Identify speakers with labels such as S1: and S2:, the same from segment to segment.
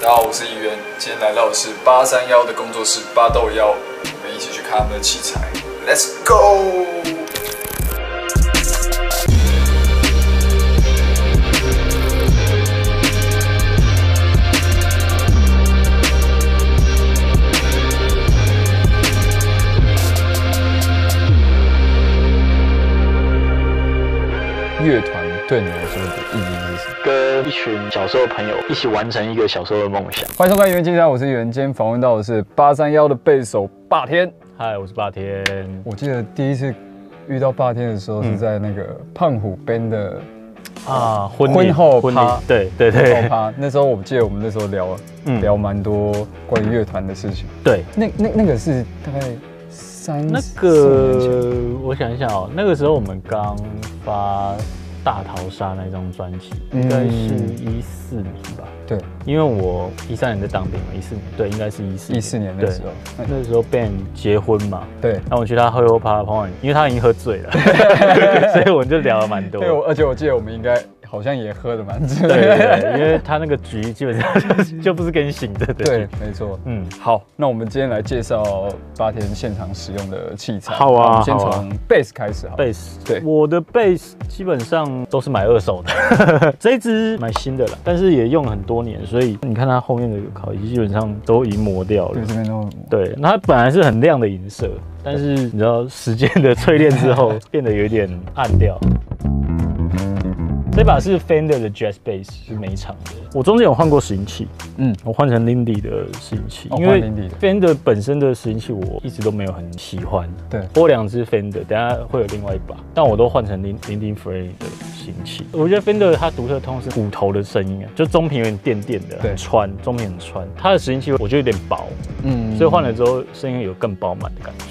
S1: 大家好，我是一元，今天来到的是八三幺的工作室八豆幺，我们一起去看他们的器材，Let's go！乐团对你来说的意义是什么？
S2: 跟一群小时候朋友一起完成一个小时候的梦想。
S1: 欢迎收看《元金家》，我是元。今天访问到的是八三幺的贝手霸天。
S2: 嗨，我是霸天。
S1: 我记得第一次遇到霸天的时候是在那个胖虎 band 的
S2: 啊，婚礼
S1: 婚后
S2: 婚礼
S1: 趴，
S2: 对对
S1: 后
S2: 对
S1: 趴，那时候我记得我们那时候聊
S2: 嗯
S1: 聊蛮多关于乐团的事情。
S2: 对，
S1: 那那那个是大概三
S2: 那
S1: 四年前
S2: 个我想一下哦，那个时候我们刚发《大逃杀》那张专辑，
S1: 嗯
S2: 应该是一四年吧？
S1: 对，
S2: 因为我一三年在当兵嘛，一四年对，应该是一四
S1: 一四年的时候。，
S2: 对那时候 Ben 结婚嘛。
S1: 对，
S2: 那我去他喝后趴旁边，因为他已经喝 醉了，所以我们就聊了蛮多。
S1: 对，我而且我记得我们应该好像也喝的蛮醉。
S2: 对对对，因为他那个局基本上就是就不是跟你醒着 的
S1: 对
S2: 局。，
S1: 没错。
S2: 嗯，
S1: 好，那我们今天来介绍八天现场使用的器材。
S2: 好啊
S1: 那我们先
S2: 好啊
S1: 从 bass 开始好了。
S2: 贝斯，
S1: 对
S2: 我的贝斯基本上都是买二手 的，这一支买新的了，但是也用了很多年，所以你看它后面的烤漆基本上都已经磨掉了
S1: 对，。这边都有
S2: 对，那它本来是很亮的银色，但是你知道时间的淬炼 之后，变得有点暗掉。这把是 Fender 的 Jazz Bass，是美厂的。我中间有换过拾音器，
S1: 嗯，
S2: 我换成 Lindy 的拾音器，
S1: 哦
S2: 因为
S1: 换 Lindy 的
S2: Fender 本身的拾音器我一直都没有很喜欢。
S1: 对
S2: 我有两只 Fender，等下会有另外一把，但我都换成 Lin Lindy Frame 的拾音器。我觉得 Fender 它独特的痛是骨头的声音啊，就中频有点垫垫的，
S1: 对
S2: 很穿，中频很穿。它的拾音器我觉得有点薄，
S1: 嗯
S2: 所以换了之后声音有更饱满的感觉。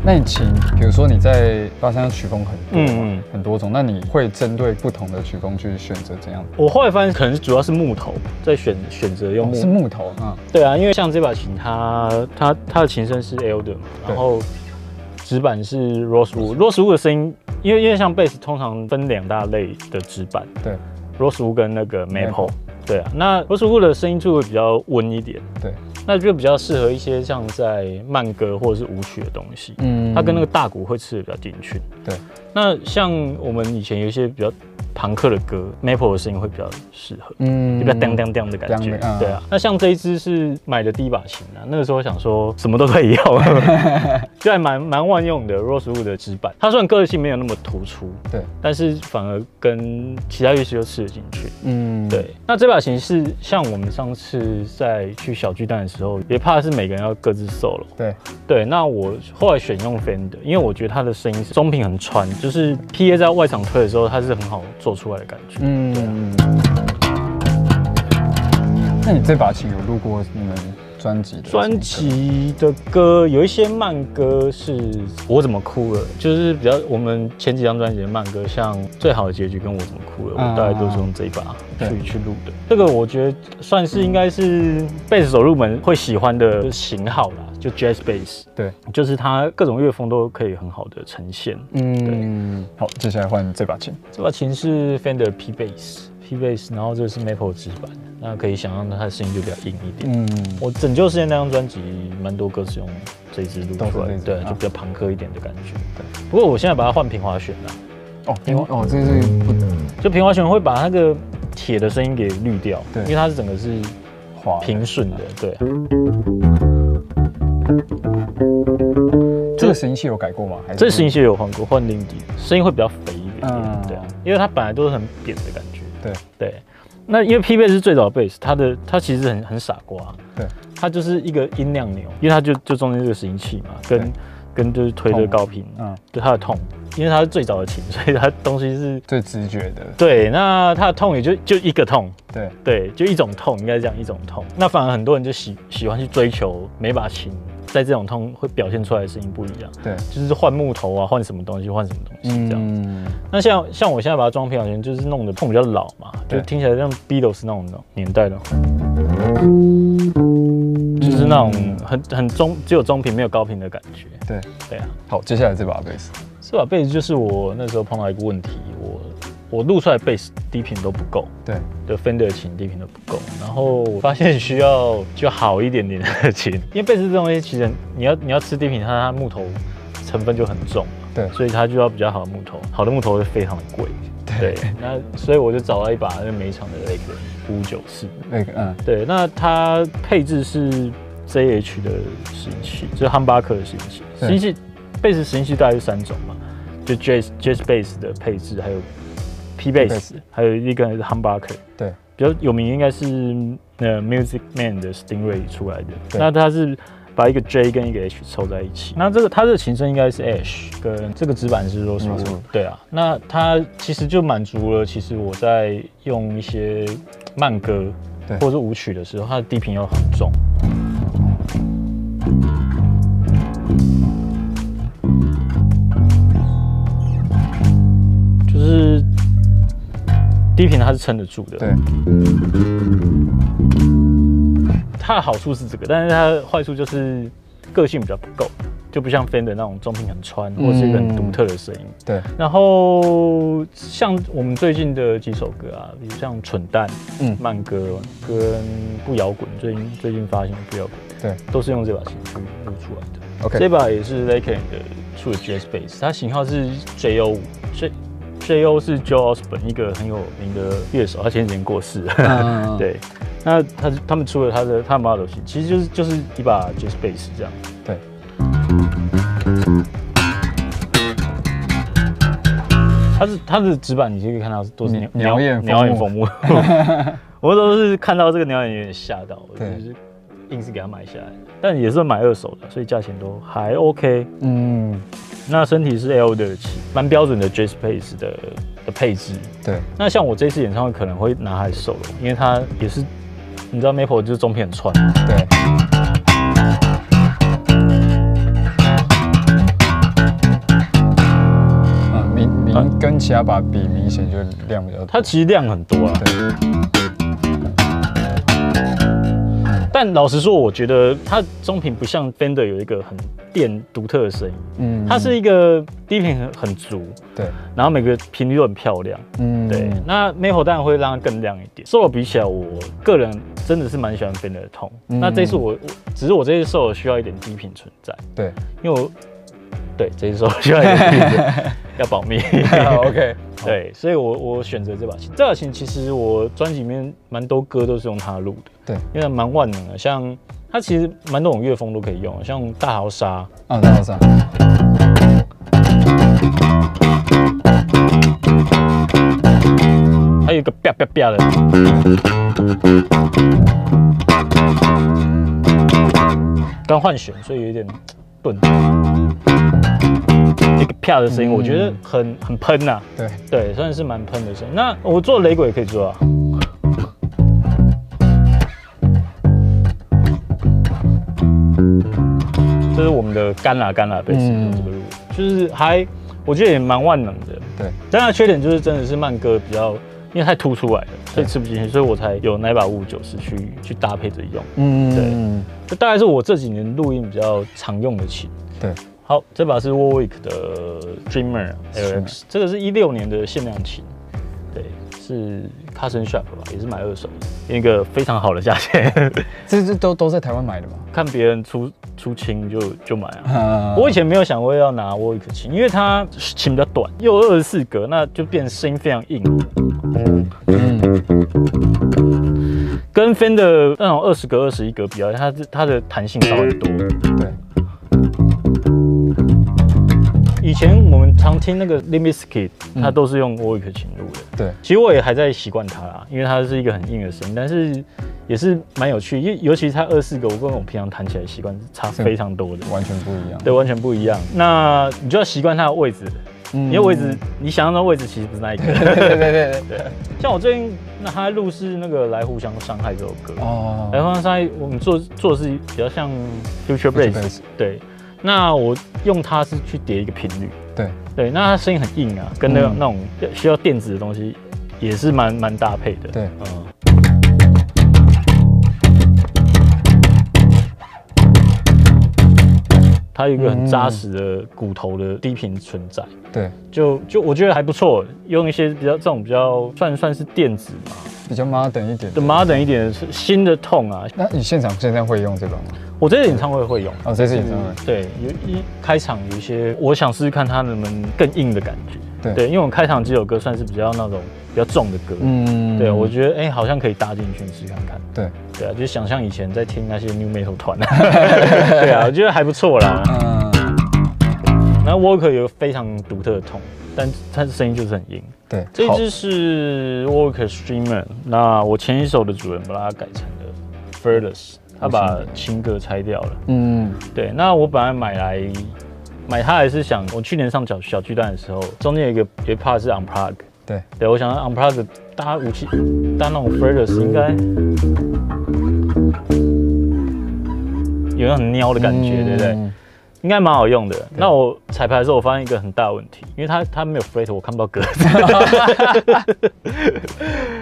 S1: 那你请，比如说你在八三幺曲风很多嘛，
S2: 嗯嗯
S1: 很多种，那你会针对不同的曲风去选择怎样？
S2: 我后来发现可能主要是木头在选选择
S1: 哦、
S2: 用木
S1: 是木头啊，
S2: 对啊，因为像这把琴它，它它的琴声是 Elder 嘛，
S1: 对
S2: 然后指板是 Rosewood，Rosewood 的声音，因为因为像贝斯通常分两大类的指板
S1: 对
S2: ，Rosewood 跟那个
S1: Maple
S2: Maple。对啊，那 Rosewood 的声音就会比较温一点，
S1: 对，
S2: 那就比较适合一些像在慢歌或者是舞曲的东西。
S1: 嗯
S2: 它跟那个大鼓会吃的比较进去。
S1: 对，
S2: 那像我们以前有一些比较朋克的歌，Maple 的声音会比较适合。
S1: 嗯
S2: 就比较当当当的感觉
S1: 当当啊，
S2: 对啊。那像这一支是买的第一把琴啊，那个时候想说什么都可以用， 就还蛮蛮万用的 Rosewood 的纸板。它虽然个性没有那么突出，
S1: 对，
S2: 但是反而跟其他乐器又吃得进去。
S1: 嗯
S2: 对，那这把琴是像我们上次在去小巨蛋的时候，也怕是每个人要各自 solo。
S1: 对，
S2: 对，那我后来选用 Fender，因为我觉得它的声音是中频很穿，就是 PA 在外场推的时候，它是很好做出来的感觉。
S1: 嗯。那你这把琴有录过你们专辑的？
S2: 专辑的歌有一些慢歌是我怎么哭了，就是比较我们前几张专辑的慢歌，像《最好的结局》跟我怎么哭了，
S1: 嗯
S2: 我大概都是用这一把
S1: 对
S2: 去去录的。这个我觉得算是应该是贝斯手入门会喜欢的型号啦，就 Jazz Bass，
S1: 对，
S2: 就是它各种乐风都可以很好的呈现。
S1: 嗯，好，接下来换这把琴，
S2: 这把琴是 Fender P Bass，P Bass，然后这个是 Maple 指板，那可以想象它的声音就比较硬一点。
S1: 嗯，
S2: 我拯救世界那张专辑，蛮多歌是用这一支录出
S1: 都
S2: 来
S1: 是这
S2: 的，
S1: 支
S2: 对，
S1: 啊
S2: 就比较朋克一点的感觉。
S1: 对
S2: 不过我现在把它换平滑弦了，
S1: 哦，因为哦，这是不
S2: 就平滑弦会把那个铁的声音给滤掉，
S1: 对
S2: 因为它是整个是
S1: 滑的
S2: 平顺的，对。
S1: 这个拾音器有改过吗？还是
S2: 这声音其实有换过，换另底，声音会比较肥一点
S1: 嗯
S2: 点，对啊，因为它本来都是很扁的感觉，
S1: 对
S2: 对。那因为 P 贝是最早的 bass，它的它其实很很傻瓜，
S1: 嗯对，
S2: 它就是一个音量钮，因为它就就中间这个拾音器嘛，跟跟就是推着
S1: 痛
S2: 高频，
S1: 嗯，
S2: 对它的痛，因为它是最早的琴，所以它东西是
S1: 最直觉的，
S2: 对。那它的痛也就就一个痛，
S1: 对，
S2: 对，就一种痛，应该讲一种痛。那反而很多人就喜喜欢去追求每把琴在这种痛会表现出来的声音不一样，
S1: 对，
S2: 就是换木头啊，换什么东西，换什么东西这样。
S1: 嗯，
S2: 那像像我现在把它装平小琴，就是弄得痛比较老嘛，就
S1: 对
S2: 听起来像 Beatles 那种那种年代的。就是那种很很中，只有中频没有高频的感觉。
S1: 对。
S2: 对啊，
S1: 好，接下来这把贝斯，
S2: 这把贝斯就是我那时候碰到一个问题，我我录出来 bass 低频都不够，
S1: 对，
S2: 的 Fender 琴低频都不够，然后我发现需要就好一点点的琴，因为贝斯这种东西其实你要你要吃低频，它它木头成分就很重，
S1: 对
S2: 所以它就要比较好的木头，好的木头就非常的贵，对，那所以我就找了一把那美厂的那个五九四，
S1: 那个嗯，
S2: 对，那它配置是 ZH 的拾音器，就是汉巴克的拾音器。
S1: 对
S2: 拾音器贝斯拾音器大概就三种嘛，就 Jazz Jazz Bass 的配置，还有 P Bass，
S1: Bass
S2: 还有一个是汉巴克。
S1: 对，
S2: 比较有名应该是呃 Music Man 的 Stingray 出来的，
S1: 对
S2: 那它是。把一个 J 跟一个 H 凑在一起，那这个它的琴声应该是 H，跟这个指板是 Rose
S1: Rosewood
S2: Wood，对啊，那它其实就满足了，其实我在用一些慢歌
S1: 对
S2: 或者是舞曲的时候，它的低频要很重，就是低频它是撑得住的，
S1: 对，
S2: 它的好处是这个，但是它的坏处就是个性比较不够，就不像 Fender 那种中频很穿，或是一个很独特的声音。
S1: 对，
S2: 然后像我们最近的几首歌啊，比如像《蠢蛋》、
S1: 嗯
S2: 慢歌跟不摇滚，最近最近发行的不摇滚，
S1: 对
S2: 都是用这把琴去录出来的。
S1: ，OK，
S2: 这把也是 Laken 的出的 Jazz Bass，它型号是 JO 五，J JO 是 Joe Osborne 一个很有名的乐手，他前几年过世了。
S1: 嗯，
S2: 对，那他他们出了他的他的 model 型，其实就是就是一把 jazz bass 这样。
S1: 对，
S2: 它是它的纸板，你就可以看到都是鸟
S1: 嗯鸟眼
S2: 鸟眼
S1: 枫
S2: 枫木。 我那时候是看到这个鸟眼有点吓到，我就
S1: 对
S2: 是硬是给它买下来，但也是买二手的，所以价钱都还 OK。
S1: 嗯，
S2: 那身体是 L 的琴，蛮标准的 jazz bass 的的配置。
S1: 对，
S2: 那像我这次演唱会可能会拿它来售了，因为它也是，你知道 Maple 就是中片串，
S1: 对，嗯，明明跟其他把比，明显就量比较
S2: 啊它
S1: 多，
S2: 其实量很多啊。
S1: 对，
S2: 但老实说，我觉得它中频不像 Fender 有一个很电独特的声音，
S1: 嗯
S2: 它是一个低频很很足，
S1: 对，
S2: 然后每个频率都很漂亮。
S1: 嗯，
S2: 对，那 Maple 当然会让它更亮一点。solo 比起来，我个人真的是蛮喜欢 Fender 的痛。
S1: 嗯
S2: 那这次我我只是我这次 solo 需要一点低频存在，
S1: 对
S2: 因为我对这次 solo 需要一点低频存 在，要保密。
S1: ，OK，
S2: 对，所以我我选择这把琴。这把琴其实我专辑里面蛮多歌都是用它录的，
S1: 对，
S2: 因为它蛮万能的。像它其实蛮多种乐风都可以用，像大豪沙，
S1: 啊，大老师，
S2: 还有一个啪啪啪的，刚换弦，所以有一点钝。一个啪的声音，我觉得很很喷啊呐、
S1: 对，
S2: 对，算是蛮喷的声音。那我做雷鬼也可以做啊，这是我们的干啦干啦贝斯
S1: 嗯
S2: 这个路，就是还我觉得也蛮万能的。
S1: 对，
S2: 但它缺点就是真的是慢歌比较，因为太突出来了，所以吃不进去，所以我才有那把五九十去去搭配着用。
S1: 嗯，
S2: 这大概是我这几年录音比较常用的琴。
S1: 对，
S2: 好，这把是 Warwick 的 Dreamer
S1: Dreamer
S2: LX，这个是一六年的限量琴，对，是 Custom Shop 吧，也是买二手的，一个非常好的价钱，
S1: 这这都都在台湾买的嘛，
S2: 看别人出出琴就就买 啊。
S1: 啊，
S2: 我以前没有想过要拿 Warwick 琴，因为它琴比较短，又二十四格，那就变声音非常硬，
S1: 嗯，
S2: 跟 Fender 那种二十格、二十一格比较，它是它的弹性稍微多。
S1: 对，
S2: 以前我们常听那个 Limp Bizkit，它都是用 Warwick 琴录的。
S1: 对，
S2: 其实我也还在习惯它啦，因为它是一个很硬的声音，但是也是蛮有趣，因为尤其是它二四个，我跟我平常弹起来习惯是差非常多的，
S1: 完全不一样，
S2: 对，完全不一样。那你就要习惯它的位置，
S1: 嗯
S2: 因为位置、你想象中的位置其实不是那一
S1: 对
S2: 个。
S1: 对对对对，
S2: 像我最近那他录是那个《来互相伤害》这首歌，
S1: 哦
S2: 来互相伤害我们做做的是比较像 Future
S1: Future
S2: Bass，
S1: Bass
S2: 对。那我用它是去叠一个频率，
S1: 对，
S2: 对，那它声音很硬啊，跟那个
S1: 嗯
S2: 那种需要电子的东西也是蛮蛮搭配的。
S1: 对
S2: 嗯。它有一个很扎实的骨头的低频存在。
S3: 对，
S2: 就就我觉得还不错，用一些比较这种比较算算是电子嘛，
S3: 比较 modern 一点
S2: 的
S3: 的。
S2: modern 一点的是新的痛啊，
S3: 那你现场现在会用这个吗？
S2: 我这次演唱会会用。嗯
S3: 哦，这次演唱会，
S2: 对，有一开场有一些，我想试试看它能不能更硬的感觉。
S3: 对
S2: 因为我们开场几首歌算是比较那种比较重的歌，
S3: 嗯
S2: 对我觉得哎、好像可以搭进去试试看看。
S3: 对，
S2: 对啊，就想象以前在听那些 new metal 团，对啊，我觉得还不错啦。
S3: 嗯，
S2: 那 Walker 有个非常独特的痛，但他的声音就是很硬。
S3: 对，
S2: 这一
S3: 好
S2: 支是 Walker Streamer，那我前一首的主人把它改成了 Fearless，他把情歌拆掉了。
S3: 嗯，
S2: 对，那我本来买来买它还是想，我去年上小小巨蛋的时候，中间有一个有一 part 是 unplug，
S3: 对，
S2: 对我想 unplug 大家武器，大家那种 fretless 应该有那种很喵的感觉，对不对？
S3: 嗯？
S2: 应该蛮好用的。那我彩排的时候，我发现一个很大的问题，因为它它没有 fret，我看不到格子。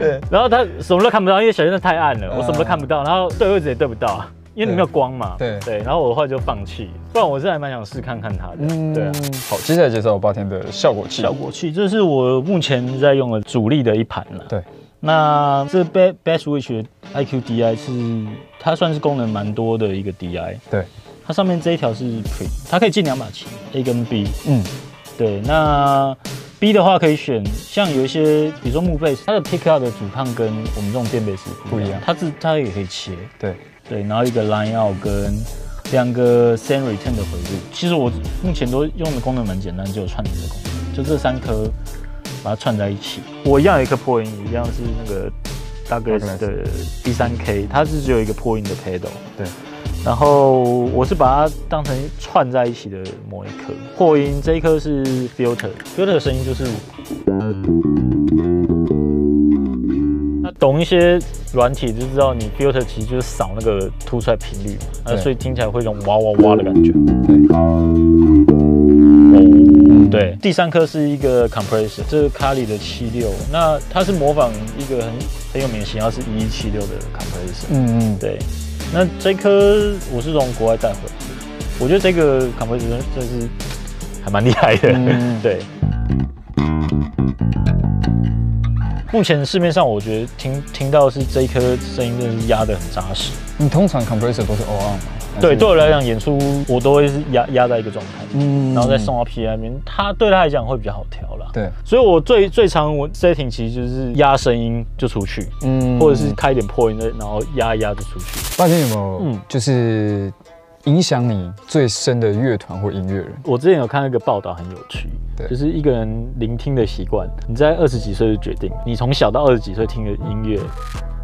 S2: 对， 然后它什么都看不到，因为小巨蛋太暗了，
S3: 啊
S2: 我什么都看不到，然后对位置也对不到，因为你没有光嘛。
S3: 对
S2: 对，然后我后来就放弃，不然我是还蛮想试看看它的。
S3: 嗯，
S2: 对
S3: 对
S2: 啊。
S3: 好，接下来介绍八天的效果器。
S2: 效果器，这是我目前在用的主力的一盘了。
S3: 对，
S2: 那这 Best Best Witch 的 IQ DI 是它算是功能蛮多的一个 DI，
S3: 对，
S2: 它上面这一条是 Pre，它可以进两把琴 A 跟 B，
S3: 嗯，
S2: 对，那 B 的话可以选，像有一些，比如说木贝斯，它的 pick out 的阻抗跟我们这种电贝斯
S3: 不一样
S2: 它自它也可以切，
S3: 对，
S2: 对，然后一个 line out 跟两个 send return 的回路。其实我目前都用的功能蛮简单，只有串联的功能，就这三颗把它串在一起。我一样有一颗破音，一样是那个 Douglas
S3: Douglas
S2: 的 D 三 K，它是只有一个破音的 pedal。
S3: 对，
S2: 然后我是把它当成串在一起的某一颗破音，这一颗是 filter，filter 的声音就是。那懂一些软体就知道，你 filter 其实就是扫那个凸出来频率嘛，那
S3: 对
S2: 所以听起来会有一种哇哇哇的感觉。
S3: 嗯，
S2: 对，第三颗是一个 compressor，这是 Kali 的七六，那它是模仿一个很很有名的型号是一一七六的 compressor。
S3: 嗯嗯，
S2: 对，那这颗我是从国外带回来的，我觉得这个 compressor 真是还蛮厉害的。
S3: 嗯
S2: 对。目前市面上，我觉得听听到是这一颗声音真的是压得很扎实。
S3: 你通常 compressor 都是 all on 吗？还是
S2: 对，对，我来讲，演出我都会是压压在一个状态，
S3: 嗯
S2: 然后再送到 P I 那边，它对他来讲会比较好调啦。，
S3: 对，
S2: 所以我最最常我 setting 其实就是压声音就出去，
S3: 嗯
S2: 或者是开一点破音的，然后压一压就出去。
S3: 八天有没有
S2: 嗯
S3: 就是影响你最深的乐团或音乐人？
S2: 我之前有看到一个报道很有趣，
S3: 对
S2: 就是一个人聆听的习惯，你在二十几岁就决定，你从小到二十几岁听的音乐，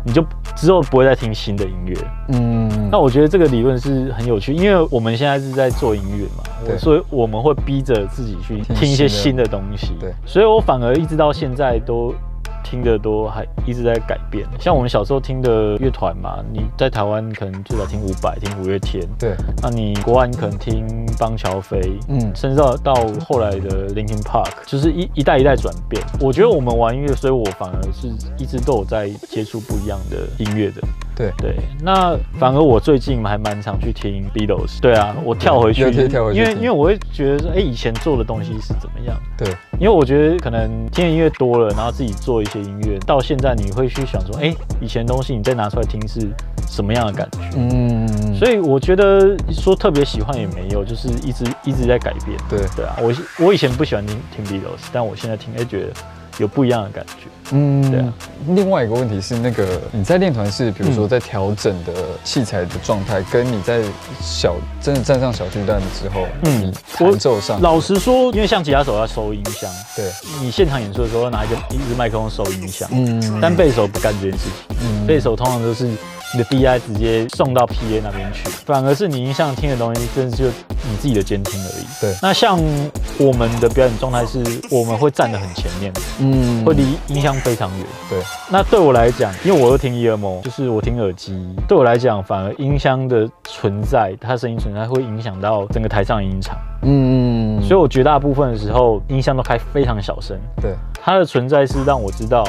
S2: 你就之后不会再听新的音乐。
S3: 嗯，
S2: 那我觉得这个理论是很有趣，因为我们现在是在做音乐嘛，
S3: 对
S2: 我所以我们会逼着自己去
S3: 听
S2: 听一些
S3: 新
S2: 新
S3: 的
S2: 的东西。
S3: 对
S2: 所以我反而一直到现在都听得多，还一直在改变。像我们小时候听的乐团嘛，你在台湾可能最早听伍佰、听五月天，
S3: 对，
S2: 那你国外你可能听邦乔飞，
S3: 嗯
S2: 甚至到到后来的 Linkin Park，就是一一代一代转变。我觉得我们玩音乐，所以我反而是一直都有在接触不一样的音乐的。
S3: 对，
S2: 对，那反而我最近还蛮常去听 Beatles。对啊，我跳回去，
S3: 又跳嗯跳回去
S2: 因为
S3: 听
S2: 因为我会觉得说，哎、以前做的东西是怎么样？
S3: 对，
S2: 因为我觉得可能听的音乐多了，然后自己做一些音乐，到现在你会去想说，哎、以前的东西你再拿出来听是什么样的感觉？
S3: 嗯，
S2: 所以我觉得说特别喜欢也没有，就是一直一直在改变。
S3: 对
S2: 对啊，我我以前不喜欢听听 Beatles，但我现在听哎、觉得有不一样的感觉。
S3: 嗯，
S2: 对啊。嗯
S3: 另外一个问题是，那个你在练团是，比如说在调整的器材的状态，跟你在小真的站上小巨蛋之后，
S2: 嗯
S3: 你弹奏上，
S2: 老实说，因为像吉他手要收音箱，
S3: 对，
S2: 你现场演出的时候要拿一个一支麦克风收音箱，
S3: 嗯，
S2: 但贝手不干这件事情。
S3: 嗯
S2: 贝手通常都是你的 DI 直接送到 PA 那边去，反而是你音箱听的东西，真的就你自己的监听而已。
S3: 对
S2: 那像我们的表演状态是，我们会站得很前面，
S3: 嗯
S2: 会离音箱非常远。
S3: 对，
S2: 那对我来讲，因为我又听 EMO，就是我听耳机，对我来讲，反而音箱的存在，它声音存在会影响到整个台上的音场，
S3: 嗯，
S2: 所以我绝大部分的时候音箱都开非常小声，
S3: 对，
S2: 它的存在是让我知道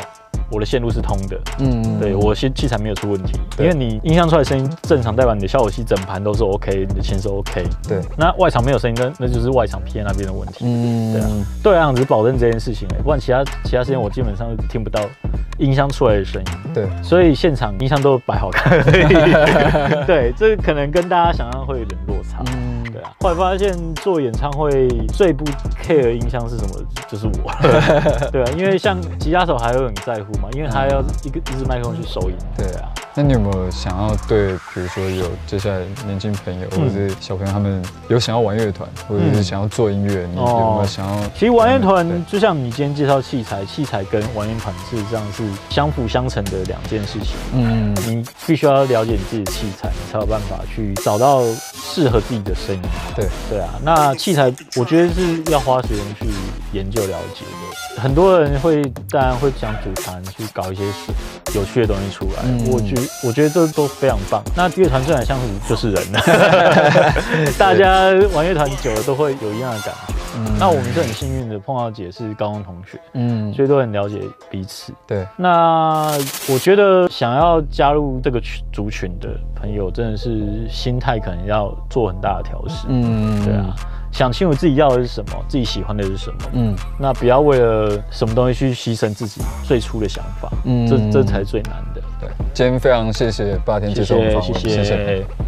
S2: 我的线路是通的，
S1: 嗯
S2: 对我器器材没有出问题，因
S1: 对
S2: 为你音箱出来声音正常，代表你的效果器整盘都是 OK，你的琴是 OK。
S1: 对，
S2: 那外场没有声音，那那就是外场 PA 那边的问题。
S1: 嗯
S2: 对啊，对啊，只是保证这件事情、欸，不然其他其他时间我基本上听不到音箱出来的声音。
S1: 对，
S2: 所以现场音箱都摆好 看而已。对，这可能跟大家想象会有点落差。
S1: 嗯
S2: 对啊，后来发现做演唱会最不 care 音箱是什么，就是 我。对啊，因为像吉他手还会很在乎嘛，因为他要一个一支麦克风去收音。
S1: 对啊。那你有没有想要对，比如说有接下来年轻朋
S2: 嗯
S1: 友或者是小朋友他们有想要玩乐团，或者是想要做音乐，你
S2: 哦
S1: 有没有想要？
S2: 其实玩乐团
S1: 嗯对
S2: 就像你今天介绍器材，器材跟玩乐团事实上是相辅相成的两件事情。
S1: 嗯
S2: 你必须要了解你自己的器材，你才有办法去找到适合自己的声音。
S1: 对
S2: 对啊，那器材我觉得是要花时间去研究了解的。很多人会当然会想组团去搞一些有趣的东西出来，
S1: 嗯
S2: 我觉我觉得这都非常棒。那乐团最难相处就是人， 大家玩乐团久了都会有一样的感觉。
S1: 嗯
S2: 那我们是很幸运的碰到姐是高中同学，
S1: 嗯
S2: 所以都很了解彼此。
S1: 对
S2: 那我觉得想要加入这个群族群的朋友，真的是心态可能要做很大的调试。
S1: 嗯
S2: 对啊，想清楚自己要的是什么，自己喜欢的是什么。
S1: 嗯
S2: 那不要为了什么东西去牺牲自己最初的想法，
S1: 嗯
S2: 这这才最难的。
S1: 对，今天非常谢谢霸天接
S2: 谢
S1: 受我们
S2: 谢
S1: 访问，
S2: 谢谢。